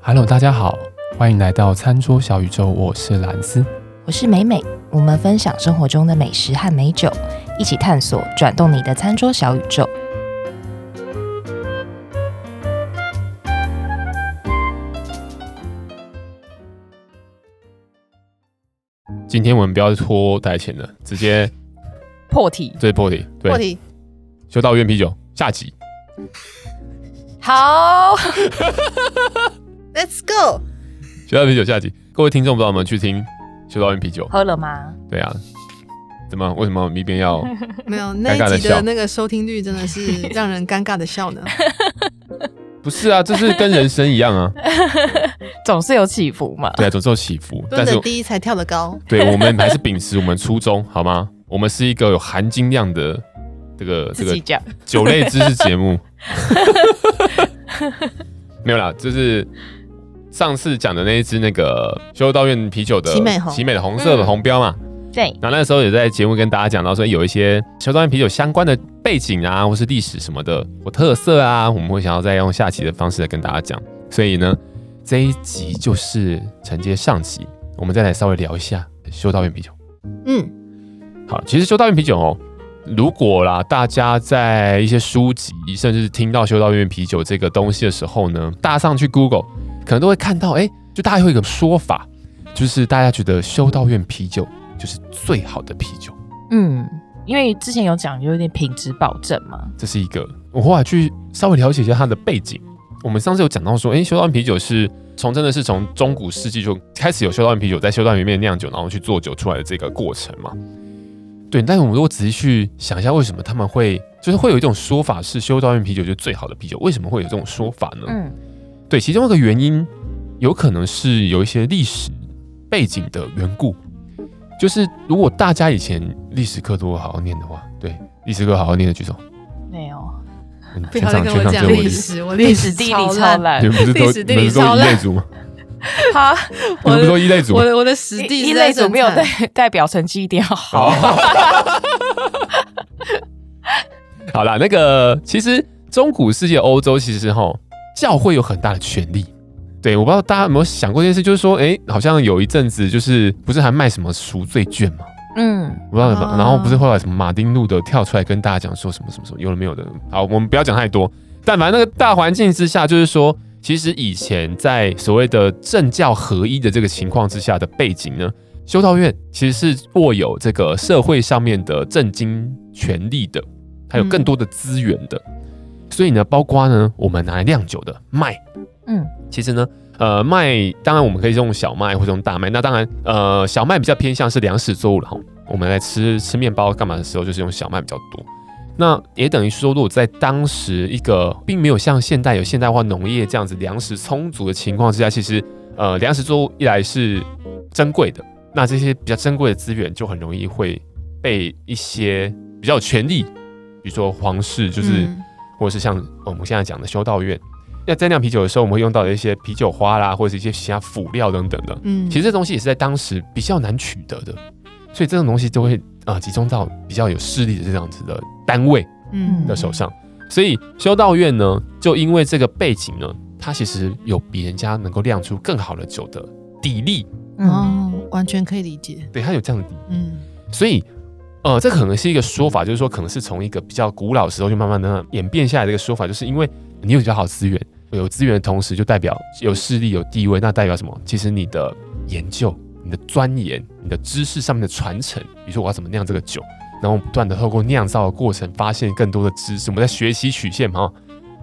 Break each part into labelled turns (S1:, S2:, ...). S1: Hello，大家好，欢迎来到餐桌小宇宙，我是蓝斯。
S2: 我是美美，我们分享生活中的美食和美酒，一起探索转动你的餐桌小宇宙。
S3: 今天我们不要拖台前了，直接
S4: 破题。
S3: 对破题，
S4: 破
S3: 对
S4: 题。
S3: 修道院啤酒下集。
S4: 好，
S5: Let's go！
S3: 修道院啤酒下集，各位听众不知道有没有去听修道院啤酒？
S2: 喝了吗？
S3: 对啊，怎么为什么我们一边 要？
S5: 没有那
S3: 尴尬地
S5: 一集
S3: 笑
S5: 的那个收听率真的是让人尴尬的笑 呢。
S3: 不是啊，这是跟人生一样啊，
S4: 总是有起伏嘛。
S3: 对啊，总是有起伏，
S5: 蹲
S3: 但是
S5: 得低才跳得高，
S3: 对我们还是秉持我们初衷，好吗？我们是一个有含金量的这个这
S4: 自
S3: 个
S4: 己讲，
S3: 酒类知识节目。 没有啦，就是上次讲的那一支那个修道院啤酒的
S5: 奇美红
S3: 奇美的红色的
S4: 嗯
S3: 红标嘛，
S2: 对，
S3: 那那时候也在节目跟大家讲到说，有一些乔装啤酒相关的背景啊，或是历史什么的，或特色啊，我们会想要再用下集的方式来跟大家讲。所以呢，这一集就是承接上集，我们再来稍微聊一下修道院啤酒。
S5: 嗯，
S3: 好，其实修道院啤酒哦，如果啦，大家在一些书籍，甚至是听到修道院啤酒这个东西的时候呢，大家上去 Google，可能都会看到，哎、就大家会有一个说法，就是大家觉得修道院啤酒就是最好的啤酒。
S4: 嗯，因为之前有讲有点品质保证嘛，
S3: 这是一个。我后来去稍微了解一下它的背景。我们上次有讲到说，诶，修道院啤酒是从真的是从中古世纪就开始有修道院啤酒在修道院里面酿酒，然后去做酒出来的这个过程嘛。对，但是我们如果仔细去想一下，为什么他们会就是会有一种说法是修道院啤酒就是最好的啤酒？为什么会有这种说法呢？
S4: 嗯，
S3: 对，其中一个原因有可能是有一些历史背景的缘故，就是如果大家以前历史课都有好好念的话，对，历史课好好念的举手。
S4: 没有
S3: 嗯
S5: 不要再
S3: 全
S5: 跟
S3: 场全
S5: 我讲
S3: 场只有
S5: 历
S3: 我哎
S5: 史，我
S4: 历
S5: 历
S4: 史
S5: 史
S4: 地理
S5: 超
S4: 超
S5: 烂。
S4: 烂
S3: 你，们不是都
S5: 历史
S3: 你
S5: 地理
S3: 们不是都
S5: 超
S3: 一
S5: 烂
S3: 类组 吗？
S4: 好，
S3: 你们不是都一类组
S5: 我
S3: 吗？
S5: 的我的史地
S4: 一
S5: 实
S4: 一
S5: 在
S4: 类
S5: 是很
S4: 组没有
S5: 惨
S4: 代代表成绩一定要好。
S3: 好啦，那个其实中古世界欧洲其实哈教会有很大的权利。对，我不知道大家有没有想过一件事，就是说，诶，好像有一阵子就是不是还卖什么赎罪券吗？
S4: 嗯，
S3: 我不知道有没有，
S5: 哦
S3: 然后不是后来什么马丁路德跳出来跟大家讲说什么什么什么，有了没有的？好，我们不要讲太多。但反正那个大环境之下，就是说，其实以前在所谓的政教合一的这个情况之下的背景呢，修道院其实是握有这个社会上面的政经权利的，还有更多的资源的。所以呢，包括呢，我们拿来酿酒的卖，
S4: 嗯，
S3: 其实呢。呃，麦当然我们可以用小麦或者用大麦。那当然，呃，小麦比较偏向是粮食作物了哈。我们来吃吃面包干嘛的时候，就是用小麦比较多。那也等于说，如果在当时一个并没有像现代有现代化农业这样子粮食充足的情况之下，其实呃粮食作物一来是珍贵的，那这些比较珍贵的资源就很容易会被一些比较有权力，比如说皇室，就是、
S5: 嗯
S3: 或者是像呃我们现在讲的修道院。那在酿啤酒的时候，我们会用到的一些啤酒花啦，或者是一些其他辅料等等的。
S5: 嗯
S3: 其实这东西也是在当时比较难取得的，所以这种东西都会啊、呃集中到比较有势力的这样子的单位
S5: 嗯
S3: 的手上。所以修道院呢，就因为这个背景呢，它其实有比人家能够酿出更好的酒的底力，
S4: 嗯，
S5: 哦，完全可以理解。
S3: 对，它有这样的底力。
S5: 嗯，
S3: 所以，呃，这可能是一个说法，就是说可能是从一个比较古老的时候就慢慢的演变下来的一个说法，就是因为你有比较好的资源，有资源的同时就代表有势力、有地位，那代表什么？其实你的研究、你的钻研、你的知识上面的传承，比如说我要怎么酿这个酒，然后不断的透过酿造的过程发现更多的知识，我们在学习曲线嘛，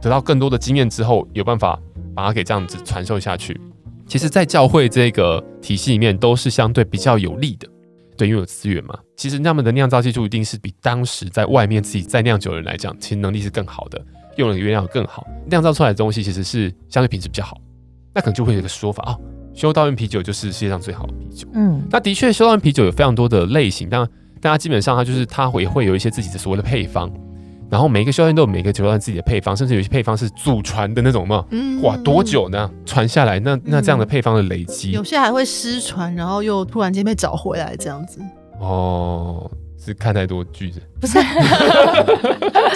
S3: 得到更多的经验之后，有办法把它给这样子传授下去。其实，在教会这个体系里面，都是相对比较有利的。对，因为有资源嘛。其实他们的酿造技术一定是比当时在外面自己在酿酒的人来讲，其实能力是更好的，用的原料更好，酿造出来的东西其实是相对品质比较好。那可能就会有一个说法哦，修道院啤酒就是世界上最好的啤酒。
S4: 嗯，
S3: 那的确，修道院啤酒有非常多的类型，但大家基本上它就是它会会有一些自己的所谓的配方，然后每一个修道院都有每个修道院自己的配方，甚至有一些配方是祖传的那种嘛。
S5: 嗯
S3: 哇，多？久呢？传下来，那那这样的配方的累积，
S5: 有些还会失传，然后又突然间被找回来，这样子。
S3: 哦，是看太多剧的，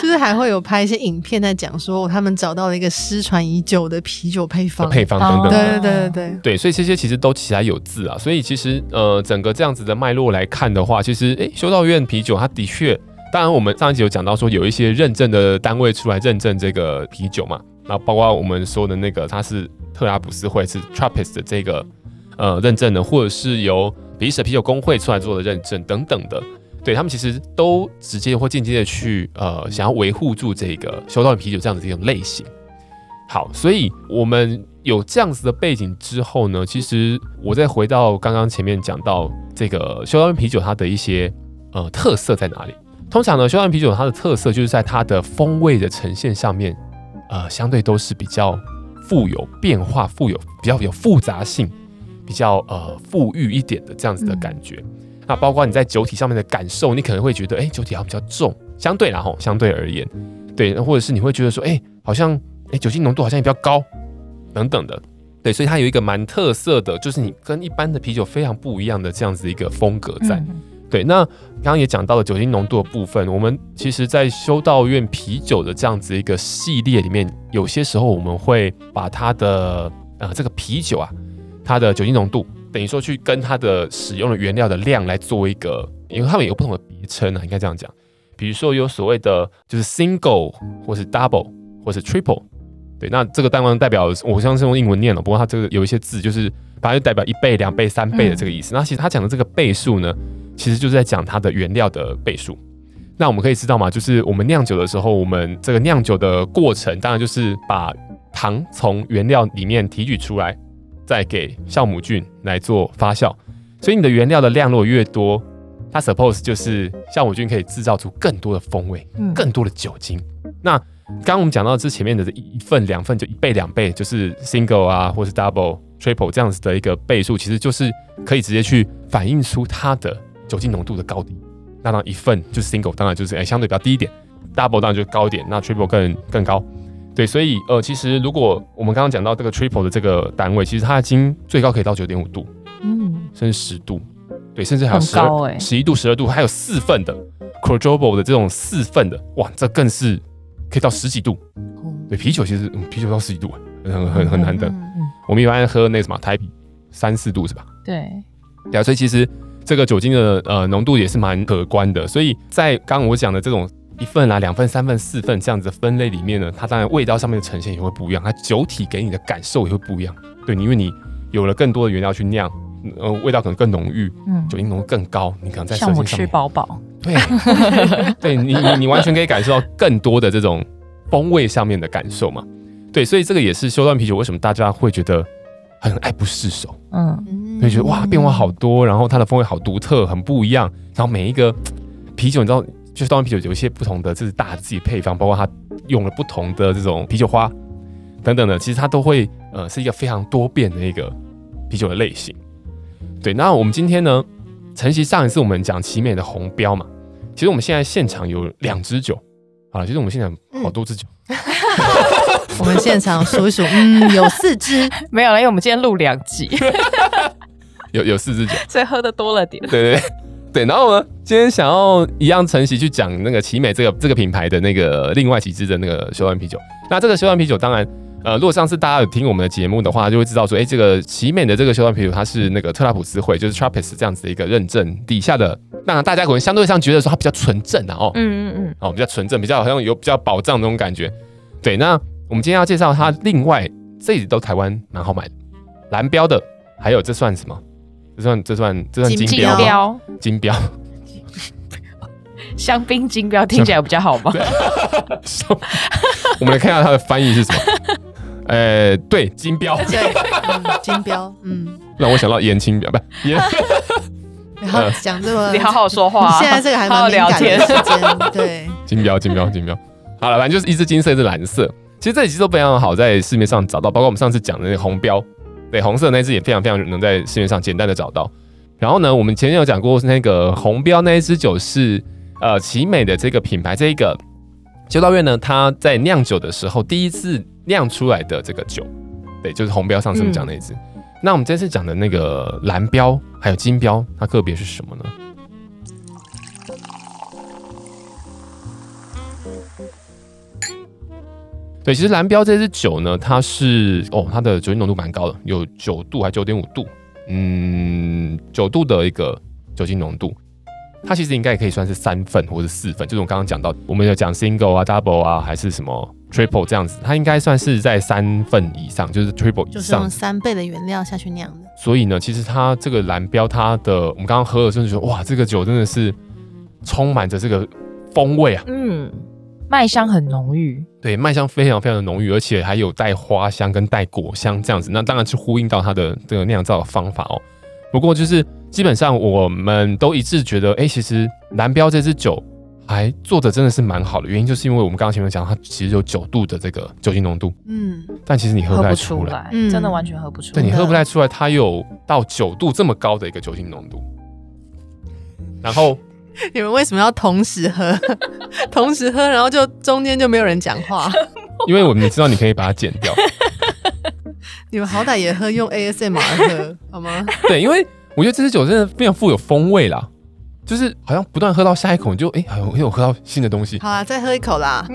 S5: 就是还会有拍一些影片在讲说他们找到了一个失传已久的啤酒配方。哦
S3: 配方等等
S5: 对
S3: 的。
S5: 对对对对，
S3: 对，所以这些其实都其来有字啊。所以其实呃，整个这样子的脉络来看的话，其实诶，修道院啤酒它的确，当然我们上一集有讲到说有一些认证的单位出来认证这个啤酒嘛，然后包括我们说的那个它是特拉普斯会是 Trappist 的这个呃认证的，或者是由比利时啤酒工会出来做的认证等等的。对他们其实都直接或间接的去呃，想要维护住这个修道院啤酒这样子的一种类型。好，所以我们有这样子的背景之后呢，其实我再回到刚刚前面讲到这个修道院啤酒它的一些呃特色在哪里？通常呢，修道院啤酒它的特色就是在它的风味的呈现上面，呃，相对都是比较富有变化、富有比较有复杂性、比较呃富裕一点的这样子的感觉。那包括你在酒体上面的感受，你可能会觉得，哎、酒体好像比较重，相对啦吼，相对而言，对，或者是你会觉得说，哎、好像哎，酒精浓度好像也比较高，等等的。对，所以它有一个蛮特色的，就是你跟一般的啤酒非常不一样的这样子一个风
S4: 嗯
S3: 格在。对，那刚刚也讲到了酒精浓度的部分，我们其实，在修道院啤酒的这样子一个系列里面，有些时候我们会把它的呃这个啤酒啊，它的酒精浓度，等于说去跟它的使用的原料的量来做一个，因为它们有不同的别称啊，应该这样讲。比如说有所谓的就是 single 或是 double 或是 triple，对，那这个当然代表我相信用英文念了，不过它这个有一些字就是反正就代表一倍、两倍、三倍的这个意思。那其实他讲的这个倍数呢，其实就是在讲它的原料的倍数。那我们可以知道嘛，就是我们酿酒的时候，我们这个酿酒的过程，当然就是把糖从原料里面提取出来，再给酵母菌来做发酵。所以你的原料的量如果越多，它 suppose 就是酵母菌可以制造出更多的风味、
S2: 嗯
S3: 更多的酒精。那刚刚我们讲到之前面的这一份、两份，就一倍、两倍，就是 single 啊，或是 double、triple 这样子的一个倍数，其实就是可以直接去反映出它的酒精浓度的高低。那当然一份就是 single，当然就是哎、相对比较低一点，double 当然就高一点，那 triple 更更高。对，所以呃，其实如果我们刚刚讲到这个 triple 的这个单位，其实它已经最高可以到九点五度，
S4: 嗯，
S3: 甚至十度，对，甚至还有
S4: 很
S3: 十二、
S4: 高欸
S3: 十一度、十二度，还有四份的 c o r d o b o 的这种四份的，哇，这更是可以到十几度。对，啤酒其实、嗯啤酒到十几度，很很很难的。
S5: 嗯
S3: 我们一般喝那个什么台啤三四度是吧？
S4: 对，
S3: 对啊，所以其实这个酒精的呃浓度也是蛮可观的。所以在刚刚我讲的这种一份啊、两份、三份、四份这样子的分类里面呢，它当然味道上面的呈现也会不一样，它酒体给你的感受也会不一样。对，你因为你有了更多的原料去酿，呃，味道可能更浓郁，
S4: 嗯，
S3: 酒精浓度更高，你可能在
S4: 像
S3: 舌
S4: 我
S3: 尖上
S4: 吃
S3: 面，
S4: 饱饱，
S3: 对啊，对你你你完全可以感受到更多的这种风味上面的感受嘛。对，所以这个也是修段啤酒为什么大家会觉得很爱不释手。
S4: 嗯，
S5: 嗯
S3: 所以觉得哇，变化好多，然后它的风味好独特，很不一样。然后每一个嘖啤酒，你知道，就是当然啤酒有一些不同的，这是大自己配方，包括它用了不同的这种啤酒花等等的，其实它都会呃是一个非常多变的一个啤酒的类型。对，那我们今天呢，承袭上一次我们讲奇美的红标嘛，其实我们现在现场有两支酒，好了，其实我们现场好多支酒，
S5: 我们现场数一 数，嗯，有四支，
S4: 没有了，因为我们今天录两集，
S3: 有有四支酒。
S4: 所以喝的多了点。
S3: 对对对对，然后呢，今天想要一样承袭去讲那个奇美这个这个品牌的那个另外几支的那个修完啤酒。那这个修完啤酒，当然，呃，如果上次大家有听我们的节目的话，就会知道说，哎，这个奇美的这个修完啤酒，它是那个特拉普斯会，就是 Trappist 这样子的一个认证底下的，那大家可能相对上觉得说它比较纯正啊，哦，
S4: 嗯嗯嗯，
S3: 哦，比较纯正，比较好像有比较保障那种感觉。对，那我们今天要介绍它另外这里都台湾蛮好买的，蓝标的，还有这算什么？这算这算这算
S5: 金
S3: 金
S5: 金
S3: 标
S5: 标
S4: 标
S3: 金标
S4: 香槟金标听起来比较好吗？
S3: 我们来看一下它的翻译是什么。 呃，对，金标
S5: 对，嗯金标，嗯，
S3: 让我想到颜清标，不是颜，
S5: 然
S3: 嗯
S5: 后讲这么
S4: 你好好说话啊，
S5: 现在这个还
S4: 好好
S5: 蛮敏
S4: 聊
S5: 感
S4: 天
S5: 的。时间， 对，
S3: 金标，金标，金标。好了，反正就是一只金色，一只蓝色。其实这几只都非常好在市面上找到，包括我们上次讲的那个红标，对，红色那只也非常非常能在市面上简单的找到。然后呢，我们前面有讲过，是那个红标那一支酒是呃奇美的这个品牌，这一个修道院呢，它在酿酒的时候第一次酿出来的这个酒，对，就是红标上次我们讲那一只。嗯那我们这次讲的那个蓝标还有金标，它个别是什么呢？对，其实蓝标这支酒呢，它是哦，它的酒精浓度蛮高的，有九度还九点五度，嗯，九度的一个酒精浓度。它其实应该也可以算是三份或是四份，就是我刚刚讲到，我们有讲 single 啊、double 啊，还是什么 triple 这样子，它应该算是在三份以上，就是 triple 以
S5: 就是
S3: 上
S5: 用。三倍的原料下去酿的。
S3: 所以呢，其实它这个蓝标，它的我们刚刚喝了，真的觉得哇，这个酒真的是充满着这个风味啊，
S2: 嗯，
S4: 麦香很浓郁，
S3: 对，麦香非常非常的浓郁，而且还有带花香跟带果香这样子，那当然是呼应到它的这个酿造的方法哦。不过就是基本上我们都一致觉得，哎、其实蓝标这支酒还做的真的是蛮好的，原因就是因为我们刚刚前面讲，它其实有九度的这个酒精浓度，
S5: 嗯，
S3: 但其实你喝不
S4: 喝
S3: 太
S4: 不
S3: 出
S4: 出
S3: 来，
S4: 来，
S5: 嗯
S4: 真的完全喝不出
S3: 对
S4: 来。
S3: 你喝不太出来，它有到九度这么高的一个酒精浓度。然后
S5: 你们为什么要同时喝？ 同时喝，然后就中间就没有人讲话。
S3: 因为我们知道你可以把它剪掉，
S5: 你们好歹也喝用 ASMR 喝好吗？
S3: 对，因为我觉得这支酒真的非常富有风味啦，就是好像不断喝到下一口，你就哎，好像有喝到新的东西。
S5: 好啊，再喝一口啦。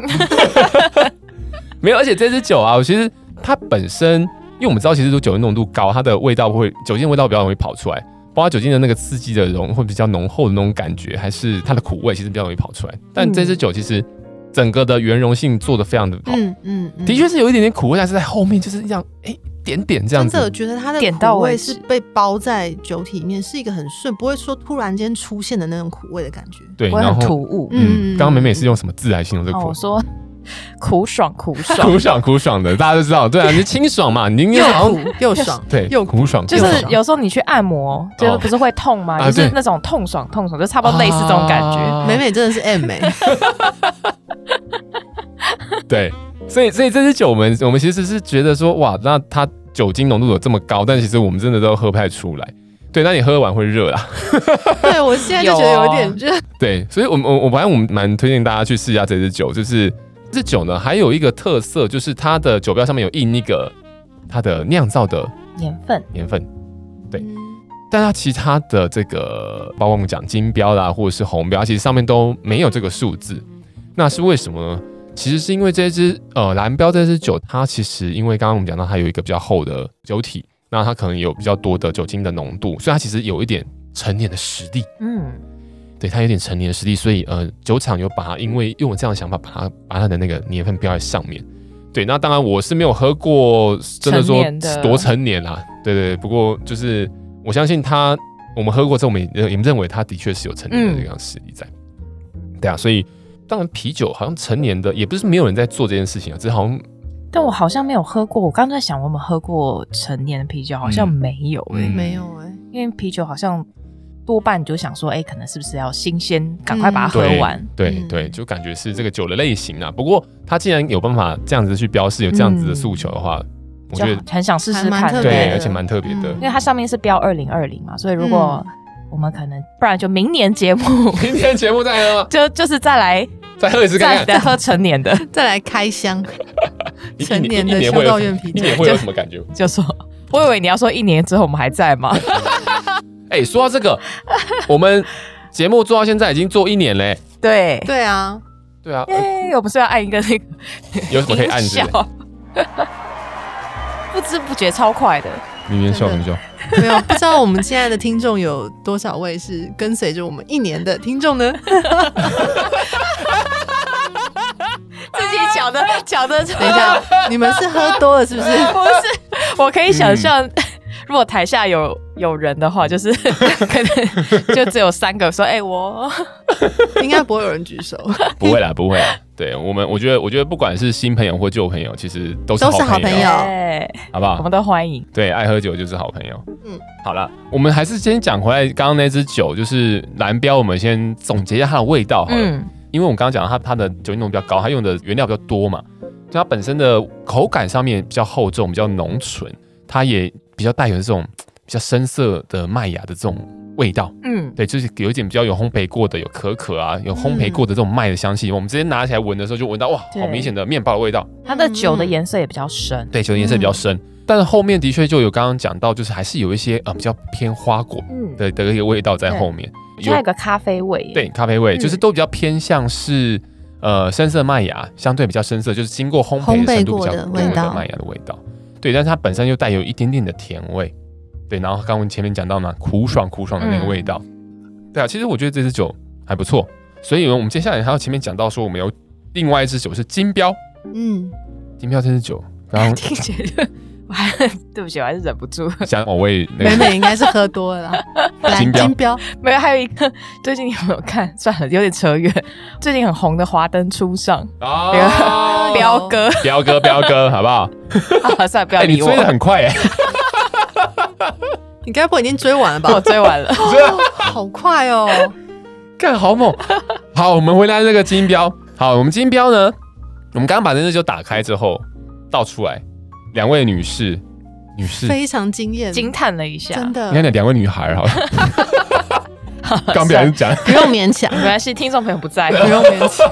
S3: 没有，而且这支酒啊，我其实它本身，因为我们知道其实说酒精浓度高，它的味道会酒精的味道比较容易跑出来，包括酒精的那个刺激的容会比较浓厚的那种感觉，还是它的苦味其实比较容易跑出来。但这支酒其实整个的圆融性做的非常的好，
S5: 嗯嗯，嗯
S3: 的确是有一点点苦味，但是在后面就是这样，哎，一点点这样
S5: 真
S3: 子
S5: 的，我。觉得它的
S4: 点到
S5: 苦
S4: 为
S5: 味
S4: 止
S5: 是被包在酒体里面，是一个很顺，不会说突然间出现的那种苦味的感觉。
S3: 对，
S4: 不会
S3: 然
S4: 很突
S3: 后
S4: 兀。
S3: 嗯，
S5: 嗯
S3: 刚刚美美是用什么字来形容这个
S4: 哦，
S3: 苦
S4: 我？说 苦爽苦爽，
S3: 苦爽苦爽的，大家都知道，对啊，你清爽嘛，你应该好
S5: 又
S3: 像
S5: 苦又爽，
S3: 对，
S5: 又苦
S3: 苦爽，
S4: 就
S3: 又
S4: 是
S3: 爽
S4: 有时候你去按摩，就是不是会痛吗？
S3: 啊
S4: 就是
S3: 对
S4: 那种痛爽痛爽，就差不多类似这种感觉。
S3: 啊
S5: 美美真的是 M 欸美、
S3: 对，所以所以这支酒，我们我们其实是觉得说，哇，那它酒精浓度有这么高，但其实我们真的都喝不太出来。对，那你喝完会热啊。
S5: 对我现在就觉得有点热。
S3: 对，所以我们我我反正我们蛮推荐大家去试一下这支酒，就是这酒呢还有一个特色，就是它的酒标上面有印一个它的酿造的
S4: 盐分
S3: 年份，对。
S5: 嗯
S3: 但它其他的这个，包括我们讲金标啦，或者是红标，其实上面都没有这个数字。那是为什么呢？其实是因为这支呃蓝标这支酒，它其实因为刚刚我们讲到它有一个比较厚的酒体，那它可能有比较多的酒精的浓度，所以它其实有一点成年的实力。
S4: 嗯，
S3: 对，它有点成年的实力，所以呃，酒厂有把它，因为用我这样的想法，把它把它的那个年份标在上面。对，那当然我是没有喝过，真的说
S4: 成年的
S3: 多成年啦、对对对，不过就是我相信它，我们喝过之后，我们也也认为它的确是有成年的这样实力在。对啊，所以当然啤酒好像成年的也不是没有人在做这件事情啊，只是好像
S4: 但我好像没有喝过。我刚才在想，我们喝过成年的啤酒，好像
S3: 嗯
S4: 没有欸诶、
S3: 嗯
S5: 没有哎、
S4: 因为啤酒好像多半你就想说，哎、可能是不是要新鲜，赶快把它喝
S3: 对
S4: 完？
S3: 对
S5: 嗯
S3: 对，就感觉是这个酒的类型啊。不过它既然有办法这样子去标示，有这样子的诉求的话，我
S4: 嗯就
S3: 觉得
S4: 很想试试
S5: 还
S4: 看
S5: 蛮。特别
S3: 对，
S5: 的
S3: 而且蛮特别的。
S5: 嗯
S4: 因为它上面是标二零二零嘛，所以如果我们可能，不然就明年节目
S3: 明天节目再喝吗？
S4: 就就是再来
S3: 再喝一次看
S4: 再
S3: 看，
S4: 来喝成年的，
S5: 再来开箱，
S3: 一
S5: 成年的
S3: 一年会有
S5: 修道院啤酒
S3: 一年会有什么感觉？
S4: 就说，我以为你要说一年之后我们还在吗？
S3: 哎，说到这个，我们节目做到现在已经做一年嘞。
S4: 对，
S5: 对啊，
S3: 对啊，呃
S4: 耶，我们是要按一个那个
S3: 有什么可以按
S4: 音
S3: 之类
S4: 效
S3: 的？，
S4: 不知不觉超快 的，
S3: 明年笑什么笑？
S5: 没 有不知道我们现在的听众有多少位是跟随着我们一年的听 众呢？
S4: 自己讲的讲的，
S5: 等一下，你们是喝多了是不是？
S4: 不是，我可以想象，如果台下有有人的话，就是 可能就只有三个说：“哎、我
S5: 应该不会有人举手，
S3: 不会啦，不会啦。对我们，我觉得，我觉得不管是新朋友或旧朋友，其实都是
S5: 都是好
S3: 朋
S5: 朋友
S4: 哎，
S3: 好不
S4: 我
S3: 好
S4: 们？都欢迎。
S3: 对，爱喝酒就是好朋友。嗯
S5: 嗯，
S3: 好了，我们还是先讲回来刚刚那支酒，就是蓝标，我们先总结一下它的味道好了。”
S4: 嗯，
S3: 因为我们刚刚讲到它它的酒精浓度比较高，它用的原料比较多嘛，就它本身的口感上面比较厚重，比较浓醇，它也比较带有这种比较深色的麦芽的这种味道。
S4: 嗯，
S3: 对，就是有一点比较有烘焙过的，有可可啊，有烘焙过的这种麦的香气。我们直接拿起来闻的时候，就闻到哇，
S4: 对
S3: 好明显的面包的味道。
S4: 它的酒的颜色也比较深。
S3: 对，酒的颜色比较深，但是后面的确就有刚刚讲到，就是还是有一些呃比较偏花果
S4: 嗯，
S3: 的的一个味道在后面。
S4: 它有个咖啡味。
S3: 对，咖啡味，
S4: 嗯
S3: 就是都比较偏向是呃深色麦芽，相对比较深色，就是经过烘焙
S5: 烘
S3: 的
S5: 焙
S3: 深度比较
S5: 过的
S3: 高
S5: 味道
S3: 麦芽的味道。对，但是它本身又带有一点点的甜味。对，然后刚刚我们前面讲到嘛，
S5: 嗯
S3: 苦爽苦爽的那个味道。对啊，其实我觉得这支酒还不错。所以我们接下来还有前面讲到说，我们有另外一支酒是金标，
S5: 嗯，
S3: 金标这支酒，刚 刚
S4: 听起来就 我还对不起，我还是忍不住。
S3: 想我为那
S5: 美
S3: 个
S5: 美应该是喝多了啦。 来
S3: 金标
S5: 金标，
S4: 没有，还有一个最近你有没有看？算了，有点扯远。最近很红的《华灯初上》
S3: 啊，
S4: 彪哥，
S3: 彪哥彪哥，好不好？
S4: 啊算了，不要
S3: 哎，你
S4: 理我
S3: 追，的很快哎，
S5: 你该不会已经追完了吧？
S4: 我追完了。
S3: 啊
S5: 哦好快哦！
S3: 嗯干好猛！好，我们回来这个金标。好，我们金标呢，我们刚刚把那支酒打开之后倒出来，两位女士，女士，
S5: 非常惊 艳，
S4: 惊叹了一下，
S5: 真
S3: 应该
S5: 的
S3: 讲两位女孩 好了。刚不小心讲，
S5: 不用勉强，
S4: 没关系，听众朋友不在乎。
S5: 不用勉强。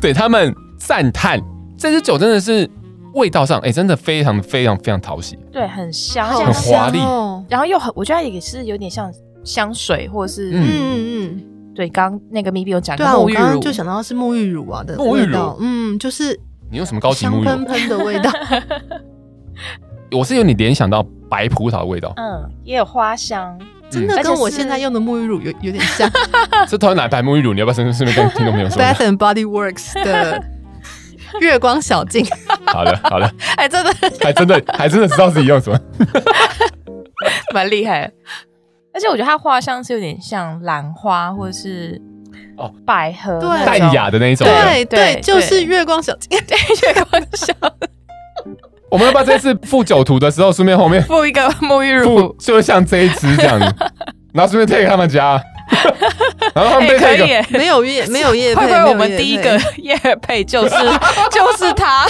S3: 对他们赞叹这支酒真的是味道上，哎、真的非常非常非常讨喜。
S4: 对，很香，
S5: 好
S4: 而 且它
S3: 很华丽
S5: 香哦
S4: 然后又很，我觉得也是有点像香水，或者是、
S3: 嗯
S5: 嗯嗯
S4: 对刚刚那个咪咪有讲
S5: 嗯，
S4: 的
S5: 对啊，我
S4: 沐浴
S5: 刚
S4: 乳，
S5: 刚就想到是沐浴乳啊的
S3: 沐浴乳
S5: 味道，嗯，就是
S3: 你用什么高级沐
S5: 香喷
S3: 浴
S5: 喷的 味道，
S3: 露？我是有你联想到白葡萄的味道，嗯
S4: 嗯，也有花香，
S5: 啊真
S4: 嗯而
S5: 的
S4: 且
S5: 跟我
S4: 是
S5: 现在用的沐浴乳有有点 像
S3: 这同样哪牌沐浴乳？你要不要顺顺便跟听众朋友说一下？
S5: Bath and Body Works 的月光小径，
S3: 好的，好的，
S4: 哎，真的
S3: 还真的还真的知道自己用什 么。
S4: 蛮厉害的。 而且我觉得它花香是有点像兰花或者是
S3: 哦
S4: 百合
S5: 对
S4: 那种，
S3: 淡 雅的那一种的。
S5: 对
S4: 对
S5: 对，就
S4: 对
S5: 是月光小径，
S4: 月光 香，
S3: 我们要把这次附酒图的时候，顺便后 面
S4: 敷一个沐浴
S3: 附
S4: 乳，
S3: 就像这一支这样子，然后顺便 take 他们 家，然后他们
S4: 哎、
S3: 被
S4: 可
S3: take
S4: 以耶。
S5: 没有夜没有夜
S4: 会
S5: 配，
S4: 不会
S5: 没有
S4: 我们
S5: 业
S4: 第一
S5: 配
S4: 个夜配就是 就是它？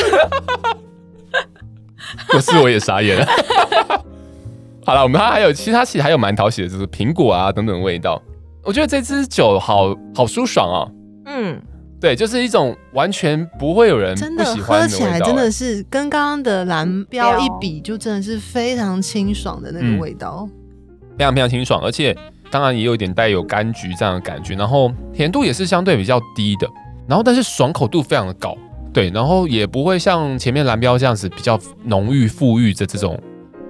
S3: 我是我也傻眼了。 好了，我们它还有，其实它其实还有蛮讨喜的，就是苹果啊等等的味道。我觉得这支酒好好舒爽哦，
S4: 嗯，
S3: 对，就是一种完全不会有人
S5: 真
S3: 不
S5: 的
S3: 喜欢
S5: 喝
S3: 的
S5: 起来
S3: 味道。啊
S5: 真的是跟刚刚的蓝标
S4: 嗯标
S5: 一比，就真的是非常清爽的那
S3: 嗯
S5: 个味道。
S3: 非常非常清爽，而且当然也有一点带有柑橘这样的感觉，然后甜度也是相对比较低的，然后但是爽口度非常的高，对，然后也不会像前面蓝标这样子比较浓郁馥郁的这种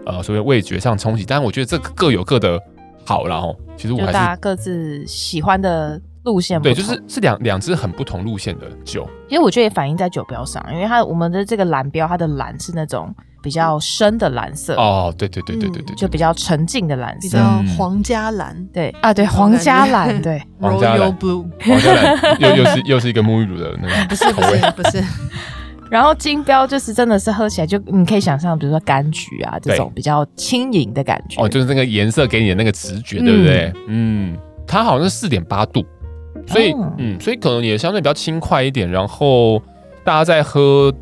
S3: 呃所谓味觉上冲击，但是我觉得这个各有各的好啦哦，其实我
S4: 就
S3: 还
S4: 大
S3: 是
S4: 家各自喜欢的路线不
S3: 对，就是
S4: 同
S3: 是两两支很不同路线的酒，
S4: 其实我觉得也反映在酒标上，因为它我们的这个蓝标，它的蓝是那种比较深的蓝色，
S3: 哦，对对对对对对
S4: 就
S3: 对，
S4: 比较沉静的蓝
S5: 比
S4: 色。
S5: 较
S3: 嗯
S5: 皇家蓝
S4: 对啊，对，皇家蓝，对，
S3: 皇家蓝
S5: ，Royal Blue，
S3: 王嘉兰又又是又是一个沐浴乳的那
S5: 不
S3: 个
S5: 是
S3: 口
S5: 不
S3: 味，
S5: 是不 是，
S4: 然后金标就是真的是喝起来就你可以想象，比如说柑橘啊这种比较轻盈的感觉。
S3: 哦，就是那个颜色给你的那个直觉，对不对？嗯，它好像是四点八度，所以、
S4: 哦
S3: 嗯，所以可能也相对比较轻快一点。然后大家在喝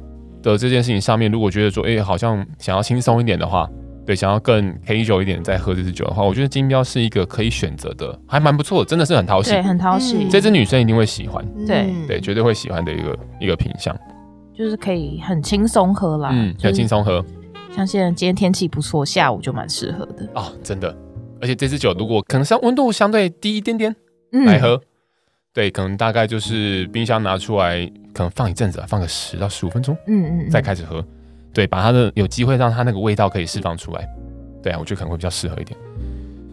S3: 的这件事情上面，如果觉得说，哎、好像想要轻松一点的话，对，想要更 casual 一点再喝这支酒的话，我觉得金标是一个可以选择的，还蛮不错的，真的是很讨喜
S4: 对，。很讨喜
S5: 嗯，
S3: 这支女生一定会喜欢，
S4: 对
S5: 嗯
S3: 对，绝对会喜欢的一个一个品相，
S4: 就是可以很轻松喝啦。
S3: 嗯，很轻松喝
S4: 像现在今天天气不错，下午就蛮适合的。
S3: 哦，真的。而且这支酒如果可能像温度相对低一点点，
S4: 嗯
S3: 来喝。对，可能大概就是冰箱拿出来，可能放一阵子啊，放个十到十五分钟，
S4: 嗯嗯，
S3: 再
S4: 嗯
S3: 开始喝。对，把它的有机会让它那个味道可以释放出来。对啊，我觉得可能会比较适合一点。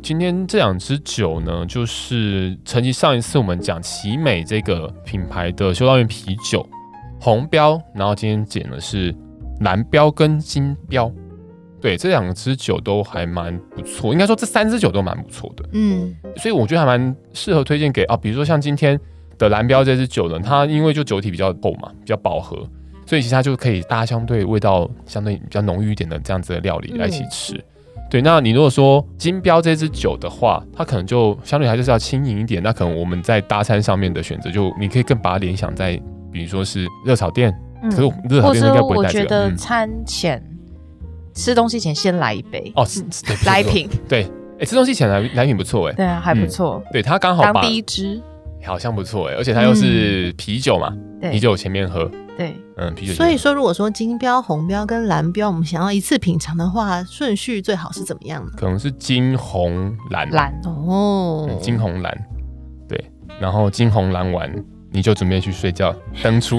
S3: 今天这两支酒呢，就是承继上一次我们讲奇美这个品牌的修道院啤酒红标，然后今天捡的是蓝标跟金标。对，这两支酒都还蛮不错，应该说这三支酒都蛮不错的。
S5: 嗯，
S3: 所以我觉得还蛮适合推荐给啊，比如说像今天的蓝标这支酒呢，它因为就酒体比较厚嘛，比较饱和，所以其实它就可以搭相对味道相对比较浓郁一点的这样子的料
S4: 嗯
S3: 理来一起吃。对，那你如果说金标这支酒的话，它可能就相对还就是要轻盈一点，那可能我们在搭餐上面的选择就你可以更把它联想在，比如说是热炒店，
S4: 嗯
S3: 可是我热炒
S4: 或
S3: 店
S4: 是
S3: 应该不会
S4: 我
S3: 带这
S4: 觉
S3: 个。
S4: 得
S3: 嗯
S4: 餐前吃东西前先来一杯
S3: 哦，是是对不错
S4: 来一瓶，
S3: 对，哎，吃东西前来来品不错哎，
S4: 对啊，还不
S3: 嗯
S4: 错。
S3: 对，它刚好
S4: 当
S3: 把
S4: 第一支，
S3: 好像不错哎，而且它又是啤酒嘛，
S4: 对
S3: 啤酒前面喝，
S4: 对，
S3: 嗯，啤酒前面喝。
S5: 所以说如果说金标、红标跟蓝标，我们想要一次品尝的话，顺序最好是怎么样呢？
S3: 可能是金红蓝，嗯
S4: 蓝
S5: 哦
S3: 嗯，金红蓝，对，然后金红蓝丸，你就准备去睡觉，登出。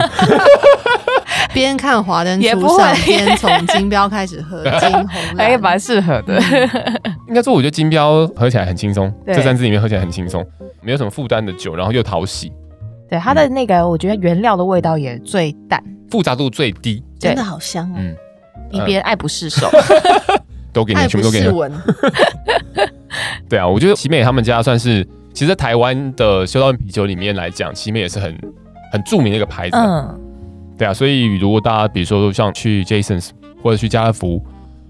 S5: 边看华 灯
S4: 也不
S5: 初
S4: 会
S5: 上，边从金标开始 喝金红
S4: 哎，
S5: 蓝。
S4: 蛮适合的。
S3: 嗯应该说，我觉得金标喝起来很轻松，
S4: 对
S3: 这三支里面喝起来很轻松，没有什么负担的酒，然后又讨喜，
S4: 对它的那个，我觉得原料的味道也最淡，
S3: 复杂度最低，
S5: 真的好香哦！
S3: 嗯
S4: 一边爱不释 手。
S3: 都给你，
S5: 爱
S3: 全
S5: 哎不
S3: 部都给你
S5: 释
S3: 喝。
S5: 闻，
S3: 对啊，我觉得奇美他们家算是，其实在台湾的修道院啤酒里面来讲，奇美也是很很著名的一个牌子。
S4: 嗯，
S3: 对啊，所以如果大家比如说像去 Jasons 或者去家乐福，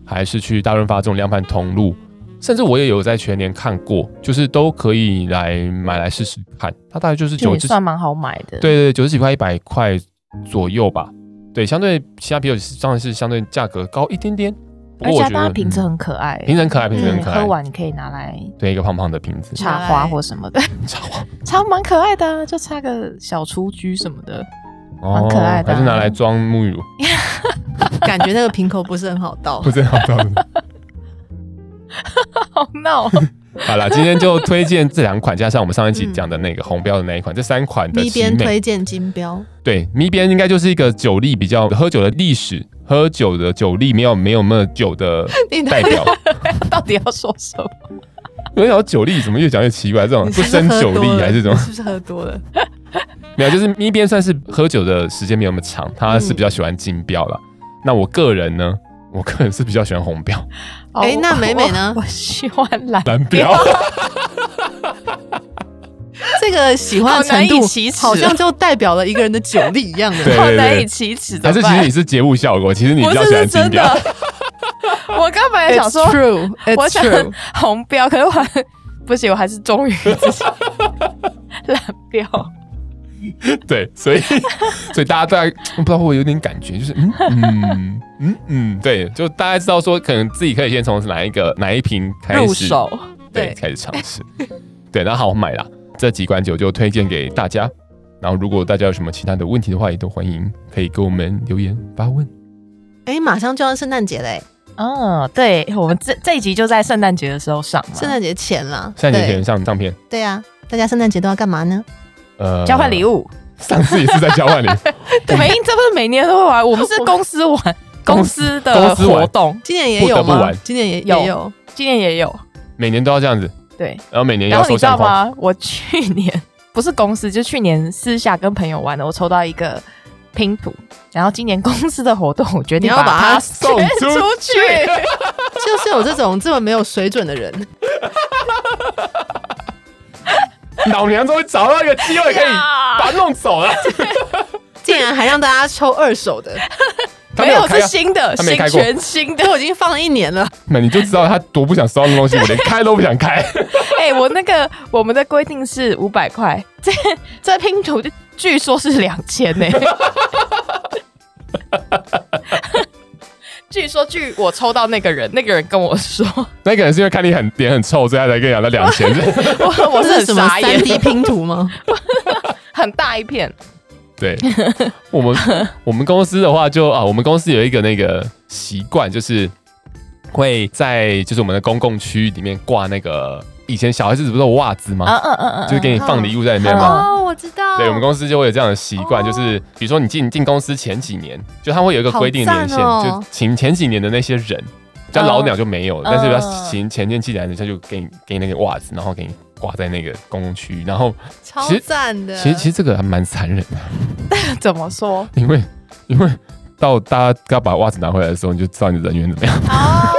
S3: 还是去大润发这种量贩通路，甚至我也有在全年看过，就是都可以来买来试试看。它大概就是
S4: 就
S3: 九
S4: 也
S3: 十，
S4: 算蛮好买的。
S3: 对对，九十几块、一百块左右吧。对，相对其他啤酒是当然是相对价格高一点点，不
S4: 而
S3: 过
S4: 且
S3: 我
S4: 它
S3: 觉得
S4: 的瓶子很可爱，
S3: 瓶子很可爱，瓶子很
S4: 嗯，
S3: 可爱
S4: 喝，完你可以拿来
S3: 对一个胖胖的瓶子，
S4: 插花或什么的，
S3: 超
S4: 插蛮可爱的啊，就插个小雏菊什么的。 蛮可爱的
S3: 哦
S4: 啊
S3: 还是拿来装沐浴乳，
S5: 感觉那个瓶口不是很好倒
S3: 不。是很好倒的。
S4: 好 闹，
S3: 好了，今天就推荐这两款，加上我们上一期
S4: 嗯
S3: 讲的那个红标的那一款，这三款的
S5: 一
S3: 奇
S5: 边
S3: 美
S5: 推。荐金标，
S3: 对，咪边应该就是一个酒力比较喝酒的历史，喝酒的酒力没有没有没有酒的
S4: 你到
S3: 代
S4: 底
S3: 表。
S4: 到底要说什么？
S3: 我想到酒力怎么越讲越奇怪，这种
S5: 你
S3: 不
S5: 是是
S3: 胜
S5: 喝
S3: 酒
S5: 多
S3: 力
S5: 了
S3: 还是什么
S5: 你？是不是喝多了？
S3: 没有，就是咪边算是喝酒的时间没有那么长，
S4: 嗯
S3: 他是比较喜欢金标啦。那我个人呢，我个人是比较喜欢红标、
S4: 哦
S5: 哎那
S4: 我
S5: 美美呢
S4: 我 我喜欢蓝，
S3: 蓝 标。
S5: 这个喜欢的程
S4: 好
S5: 度
S4: 难以启齿
S5: 好像就代表了一个人的酒力一样的。
S3: 对
S4: 好
S3: 对
S4: 难
S3: 对
S4: 以，启齿，
S3: 还是其
S4: 怎么办
S3: 实你是节目效果，其实你比
S4: 不
S3: 较
S4: 是
S3: 喜欢哎
S4: 是
S3: 金
S4: 真的
S3: 标。。
S4: 我刚本来想
S5: It's
S4: 说
S5: true,
S4: 我
S5: it's
S4: 想
S5: true。
S4: 红标，可是我还不行，我还是忠于自己 蓝标。
S3: 对，所以 所以大家大概我不知道会不会有点感觉，就是嗯 嗯嗯嗯，对，就大家知道说，可能自己可以先从哪一个哪一瓶开始
S4: 入手，
S3: 对，
S5: 对
S3: 开始尝试， 对，然后好买啦。这几款酒就推荐给大家。然后，如果大家有什么其他的问题的话，也都欢迎可以给我们留言发问。
S5: 哎，马上就要圣诞节嘞，
S4: 嗯，对，我们这这一集就在圣诞节的时候上嘛，
S5: 圣诞节前啦，
S3: 三年
S5: 对
S3: 前上上片，
S5: 对啊，大家圣诞节都要干嘛呢？
S3: 呃，
S4: 交换礼
S3: 物，
S4: 物。
S3: 上次也是在交换礼物，
S4: 对，每这不是每年都会玩，我们是公司玩，公司的
S3: 公司玩
S4: 活动，
S5: 今年也有
S3: 不得不
S5: 吗
S3: 玩？
S5: 今年也
S4: 有
S5: 也有，
S4: 今年也有。
S3: 每年都要这样子，
S4: 对，
S3: 然后每年
S4: 然
S3: 要
S4: 后你
S3: 收
S4: 知道
S3: 相框，
S4: 吗？我去年不是公司，就去年私下跟朋友玩的，我抽到一个拼图，然后今年公司的活动，我决定
S5: 你要把它
S4: 它
S3: 送
S4: 捐
S3: 出
S4: 出去。
S5: 就是有这种这么没有水准的人，
S3: 老娘终于找到一个机会可以
S4: 呀
S3: 把它弄走了。
S5: 竟然还让大家抽二手的，
S3: 他
S4: 没有，
S3: 开
S4: 是
S3: 啊
S4: 新的，
S3: 他没
S4: 新
S3: 开过
S4: 全新的。
S5: 都已经放了一年了。
S3: 那你就知道他多不想收到那东西，我连开都不想开。
S4: 哎、我那个我们的规定是五百块， 这这拼图就据说是两千 呢。据说，据我抽到那个人，那个人跟我 说，
S3: 那个人是因为看你很脸很臭，所以他才跟你讲那两千。
S4: 我我是
S5: 这
S4: 很
S5: 什么
S4: 傻
S5: 三
S4: 眼，
S5: D 拼图吗？
S4: 很大一片，
S3: 对，我 们我们公司的话就啊，我们公司有一个那个习惯，就是会在就是我们的公共区域里面挂那个以前小孩子不是有袜子吗？
S5: 啊
S4: 嗯嗯嗯嗯，
S3: 哦就是给你放礼物在里面吗？
S5: 哦，我知道
S3: 啊对我们公司就会有这样的习惯，
S5: 哦
S3: 就是比如说你进进公司前几年，就他会有一个规定年限，
S5: 好赞哦啊
S3: 就请前几年的那些人，叫老鸟就没有了，
S4: 嗯
S3: 但是
S4: 嗯
S3: 要请前年进来的，他就给你给你那个袜子，然后给你挂在那个公共区域，然后
S5: 超
S3: 其实
S5: 赞的。
S3: 其实其实这个还蛮残忍的，
S4: 怎么说？
S3: 因为因为到大家要把袜子拿回来的时候，你就知道你的人缘怎么样。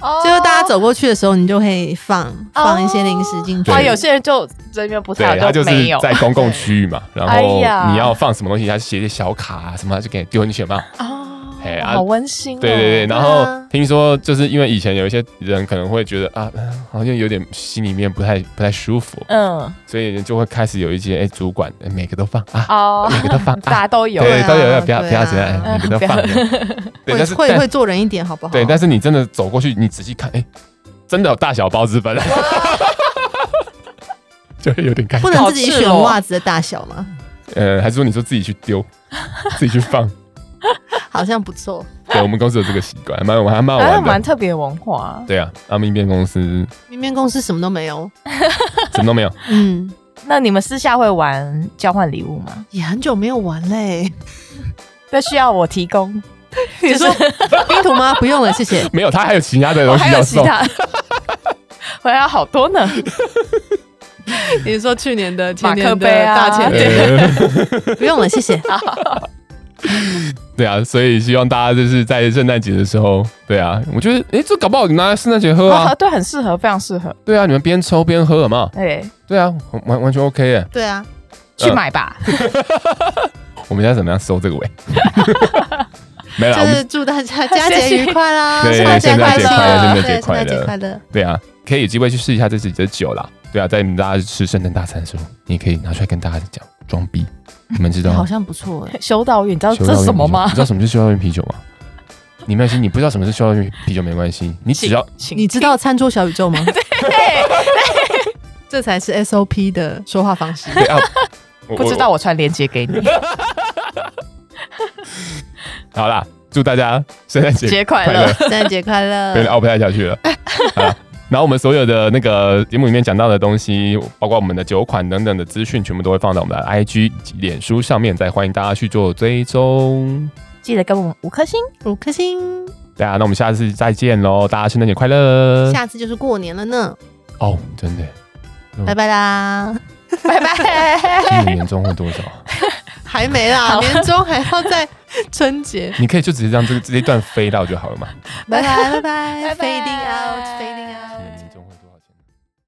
S4: 哦
S5: 就是大家走过去的时候，你就会放放一些零食进去。
S3: 对
S4: 哦，有些人就人缘不太
S3: 对，他
S4: 好，
S3: 就是
S4: 没有
S3: 在公共区域嘛，然
S4: 哎
S3: 后
S4: 呀
S3: 你要放什么东西，他写些小卡啊什么，他就给你丢进去嘛。
S4: 哦
S3: 嘿啊
S4: 好温馨、哦，
S3: 对对对，然
S5: 对
S3: 后
S5: 啊
S3: 听说就是因为以前有一些人可能会觉得啊，嗯好像有点心里面不太不太舒服，
S4: 嗯，
S3: 所以就会开始有一些哎，主管哎每个都放啊，
S4: 哦，
S3: 每个都放
S4: 大
S3: 啊，
S4: 家都有，
S3: 对，
S5: 啊
S3: 都有要不要
S5: 对啊
S3: 不要这样，哎每个都放
S4: 嗯，
S3: 对，
S5: 会
S3: 但是
S5: 会
S3: 但
S5: 会做人一点，好不好？
S3: 对，但是你真的走过去，你仔细看，哎，真的有大小包之分， 就会有点尴
S5: 不
S3: 尬，
S5: 能自己
S4: 好赤
S5: 选
S4: 裸
S5: 袜子的大小吗？
S3: 呃，还是说你说自己去丢，自己去放，
S5: 好像不错。
S3: 对我们公司有这个习惯，还蛮我还蛮好
S4: 好像
S3: 玩
S4: 蛮
S3: 的，啊
S4: 特别的文化、
S3: 对啊，阿明变公司
S5: 明明公司什么都没有，
S3: 什么都没有，
S5: 嗯，
S4: 那你们私下会玩交换礼物吗？
S5: 也很久没有玩嘞、
S4: 这需要我提供？
S5: 你说 冰图吗？不用了，谢谢。
S3: 没有，他还有其他的
S4: 我
S3: 东西
S4: 哦还
S3: 要
S4: 有其
S3: 送。
S4: 他， 我还有好多呢。
S5: 你说去年的、前
S4: 马
S5: 年
S4: 克
S5: 的、
S4: 杯啊
S5: 大前年啊
S3: 呃
S5: 的，不用了，谢 谢。
S3: 对啊，所以希望大家就是在圣诞节的时候，对啊，我觉得，诶，这搞不好你拿来圣诞节喝
S4: 啊，
S3: 啊，
S4: 对，很适合，非常适合。
S3: 对啊，你们边抽边喝嘛，
S4: 对，
S3: 对啊，完完全 OK 耶。
S5: 对啊，
S4: 去买吧。
S3: 我们要怎么样收这个尾？ 没啊了，我
S5: 就
S3: 们
S5: 是祝大 家佳节愉快啦！
S3: 对
S5: 圣诞
S3: 圣
S5: 乐，
S3: 诞
S5: 对，
S3: 节
S5: 圣
S3: 快乐
S5: 诞节
S3: 圣诞节快
S5: 快乐。
S3: 对啊，可以有机会去试一下这自己的酒啦。对啊，在你们大家吃圣诞大餐的时候，你可以拿出来跟大家讲装逼，你们知道
S5: 好
S3: 吗？
S5: 像不错哎、
S4: 修道院，你知道
S3: 修
S4: 这
S3: 道院
S4: 是什么
S3: 啤酒
S4: 吗
S3: 你？知道什么是修道院啤酒吗？你没关系，你不知道什么是修道院啤酒没关系，你只要
S4: 请
S5: 你知道餐桌小宇宙吗？ 对，这才是 SOP 的说话方 式。
S3: 对 啊，我
S4: 不知道我传链接 给你，
S3: 好啦，祝大家圣诞节
S4: 节快
S3: 快
S4: 乐
S3: 乐。！
S5: 圣诞节快乐
S3: 有！点熬不太下去 了。啊然后我们所有的那个节目里面讲到的东西，包括我们的酒款等等的资讯，全部都会放到我们的 IG、脸书上面，再欢迎大家去做追踪。
S4: 记得给我们五 颗星，
S5: 五颗星，
S3: 对啊，那我们下次再见喽！大家圣诞节快乐！
S5: 下次就是过年了呢，
S3: 哦，真的，嗯
S5: 拜拜啦！
S4: 拜拜。
S3: 今年年终会多少？。
S5: 还没啦，年终还要在春节
S3: 你可以就直接让这个这一段飞到就好了嘛。
S5: 拜拜拜拜
S4: 拜拜
S5: ，fading out，fading out。